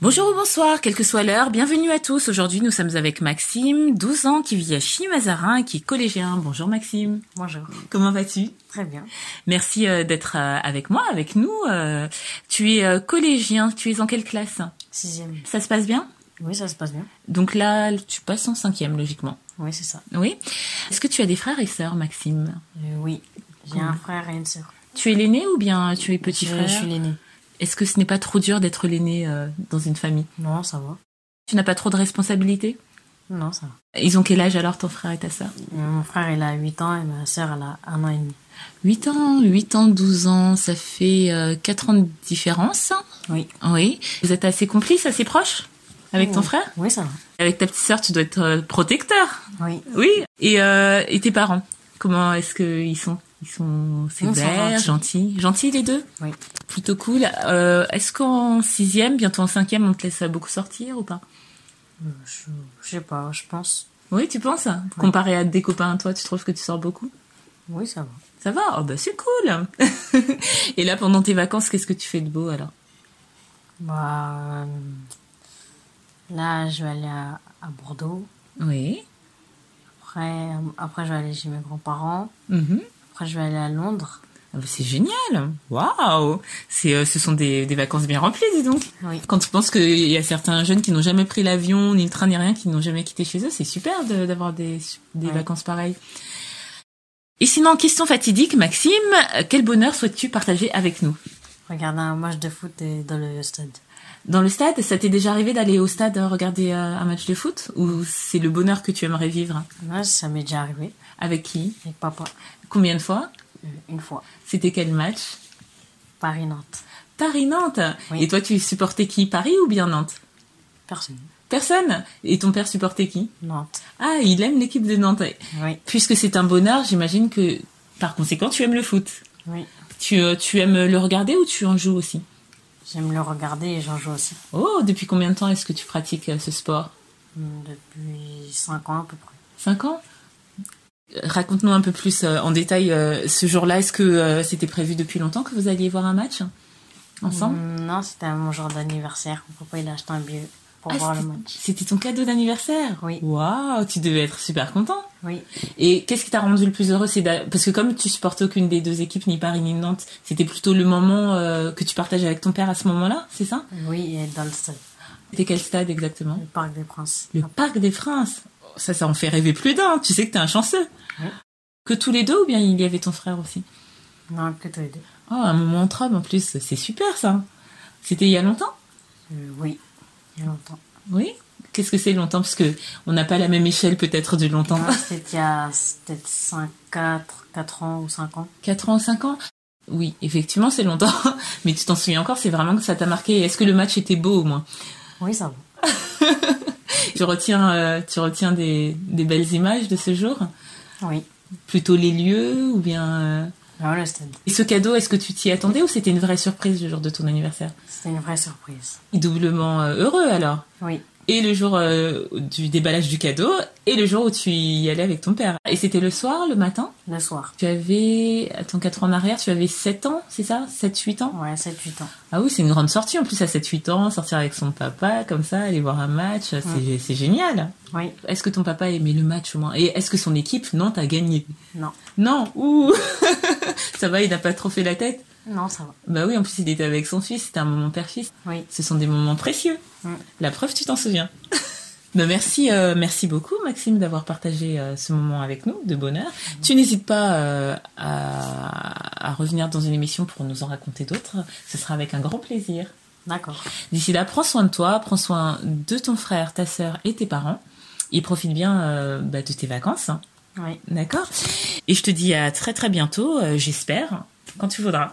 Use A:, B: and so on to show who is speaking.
A: Bonjour ou bonsoir, quelle que soit l'heure, bienvenue à tous. Aujourd'hui, nous sommes avec Maxime, 12 ans, qui vit à Chimazarin et qui est collégien. Bonjour Maxime.
B: Bonjour,
A: Comment vas-tu
B: très bien.
A: Merci euh, d'être euh, avec moi, avec nous. Euh, tu es euh, collégien, tu es en quelle classe
B: Sixième.
A: Ça se passe bien
B: Oui, ça se passe bien.
A: Donc là, tu passes en cinquième, logiquement.
B: Oui, c'est ça.
A: Oui. Est-ce que tu as des frères et sœurs, Maxime
B: Euh, oui, j'ai un frère et une sœur.
A: Tu es l'aîné ou bien tu es petit
B: je,
A: frère
B: je suis l'aîné.
A: Est-ce que ce n'est pas trop dur d'être l'aîné euh, dans une famille
B: Non, ça va.
A: Tu n'as pas trop de responsabilités
B: Non, ça va.
A: Ils ont quel âge alors, ton frère et ta sœur
B: Euh, Mon frère, il a 8 ans et ma sœur, elle a un an et demi.
A: 8 ans, 8 ans, 12 ans, ça fait 4 ans de différence. hein.
B: Oui.
A: Oui. Vous êtes assez complices, assez proches avec ton
B: Oui.
A: frère
B: Oui, ça va.
A: Avec ta petite sœur, tu dois être euh, protecteur.
B: Oui.
A: Oui. Et, euh, et tes parents Comment est-ce qu'ils sont Ils sont
B: sont
A: sévères, gentils. Gentils les deux
B: Oui.
A: Plutôt cool. Euh, est-ce qu'en sixième, bientôt en cinquième, on te laisse euh, beaucoup sortir ou pas
B: Euh, Je, je sais pas, je pense.
A: Oui, tu penses Comparé à des copains à toi, tu trouves que tu sors beaucoup
B: Oui, ça va.
A: Ça va Oh bah c'est cool Et là, pendant tes vacances, qu'est-ce que tu fais de beau alors
B: Bah. euh, Là, je vais aller à, à Bordeaux.
A: Oui.
B: Après, euh, après, je vais aller chez mes grands-parents.
A: Mhm.
B: Après, je vais aller à Londres.
A: Ah bah, C'est génial Waouh C'est, euh, Ce sont des, des vacances bien remplies, dis donc
B: Oui.
A: Quand tu penses qu'il y a certains jeunes qui n'ont jamais pris l'avion, ni le train, ni rien, qui n'ont jamais quitté chez eux, c'est super de- d'avoir des, des
B: Ouais.
A: vacances pareilles. Et sinon, question fatidique, Maxime, euh, quel bonheur souhaites-tu partager avec nous
B: Regarder un match de foot euh, dans le stade.
A: Dans le stade, ça t'est déjà arrivé d'aller au stade euh, regarder euh, un match de foot Ou c'est le bonheur que tu aimerais vivre
B: Moi, ça m'est déjà arrivé
A: Avec qui
B: avec papa
A: Combien de fois
B: euh, une fois.
A: C'était quel match
B: Paris-Nantes.
A: Paris-Nantes
B: Oui.
A: Et toi, tu supportais qui Paris ou bien Nantes
B: Personne.
A: Personne Et ton père supportait qui
B: Nantes.
A: Ah, il aime l'équipe de Nantes.
B: Oui,
A: Puisque c'est un bonheur, j'imagine que par conséquent, tu aimes le foot.
B: oui.
A: Tu, euh, tu aimes le regarder ou tu en joues aussi
B: J'aime le regarder et j'en joue aussi.
A: Oh, depuis combien de temps est-ce que tu pratiques euh, ce sport
B: Hmm, Depuis 5 ans à peu près.
A: 5 ans Euh, Raconte-nous un peu plus euh, en détail euh, ce jour-là. Est-ce que euh, c'était prévu depuis longtemps que vous alliez voir un match ensemble
B: Hmm, Non, c'était à mon jour d'anniversaire. Mon papa, il a acheté un billet pour
A: Ah,
B: voir le
A: c'était-
B: match.
A: C'était ton cadeau d'anniversaire
B: Oui.
A: Waouh, tu devais être super content.
B: Oui,
A: Et qu'est-ce qui t'a rendu le plus heureux c'est d'a- Parce que comme tu supportais aucune des deux équipes, ni Paris ni Nantes, c'était plutôt le moment euh, que tu partageais avec ton père à ce moment-là, c'est ça
B: oui, et dans le stade,
A: C'était quel stade exactement
B: le Parc des Princes.
A: Le Parc des Princes. Oh, Ça, ça en fait rêver plus d'un. Tu sais que t'es un chanceux.
B: Oui.
A: Que tous les deux ou bien il y avait ton frère aussi
B: Ah, Non, que tous les deux.
A: Oh, un moment entre hommes en plus, c'est super ça. C'était il y a longtemps
B: Euh, oui, il y a longtemps.
A: Oui Qu'est-ce que c'est longtemps Parce que on n'a pas la même échelle peut-être du longtemps.
B: Non, C'était il y a peut-être 5, 4, 4 ans ou 5 ans.
A: 4 ans, 5 ans Oui, effectivement, c'est longtemps. Mais tu t'en souviens encore, c'est vraiment que ça t'a marqué. Est-ce que le match était beau au moins
B: Oui, ça va.
A: Tu retiens, euh, tu retiens des, des belles images de ce jour
B: Oui,
A: Plutôt les lieux ou bien... euh,
B: dans le stade.
A: Et ce cadeau, est-ce que tu t'y attendais ou c'était une vraie surprise le jour de ton anniversaire
B: C'était une vraie surprise.
A: Doublement euh, heureux alors.
B: Oui,
A: Et le jour euh, du déballage du cadeau et le jour où tu y allais avec ton père. Et c'était le soir, le matin
B: le soir.
A: Tu avais, attends, 4 ans en arrière, tu avais 7 ans, c'est ça 7-8 ans
B: Ouais, 7-8 ans.
A: Ah oui, c'est une grande sortie en plus à 7-8 ans, sortir avec son papa comme ça, aller voir un match, c'est c'est génial.
B: Oui,
A: Est-ce que ton papa a aimé le match au moins Et est-ce que son équipe, Nantes, a gagné
B: non.
A: Non, ouh Ça va, il n'a pas trop fait la tête
B: Non, ça va.
A: Bah oui, en plus il était avec son fils, c'était un moment père-fils.
B: Oui,
A: Ce sont des moments précieux.
B: Mm.
A: La preuve, tu t'en souviens. Bah, merci, euh, merci beaucoup Maxime d'avoir partagé euh, ce moment avec nous de bonheur. Tu n'hésites pas euh, à, à revenir dans une émission pour nous en raconter d'autres. Ce sera avec un grand plaisir.
B: d'accord.
A: D'ici là, prends soin de toi, prends soin de ton frère, ta sœur et tes parents. Et profite bien euh, bah, de tes vacances, hein,
B: Oui,
A: d'accord Et je te dis à très très bientôt, euh, j'espère, quand tu voudras.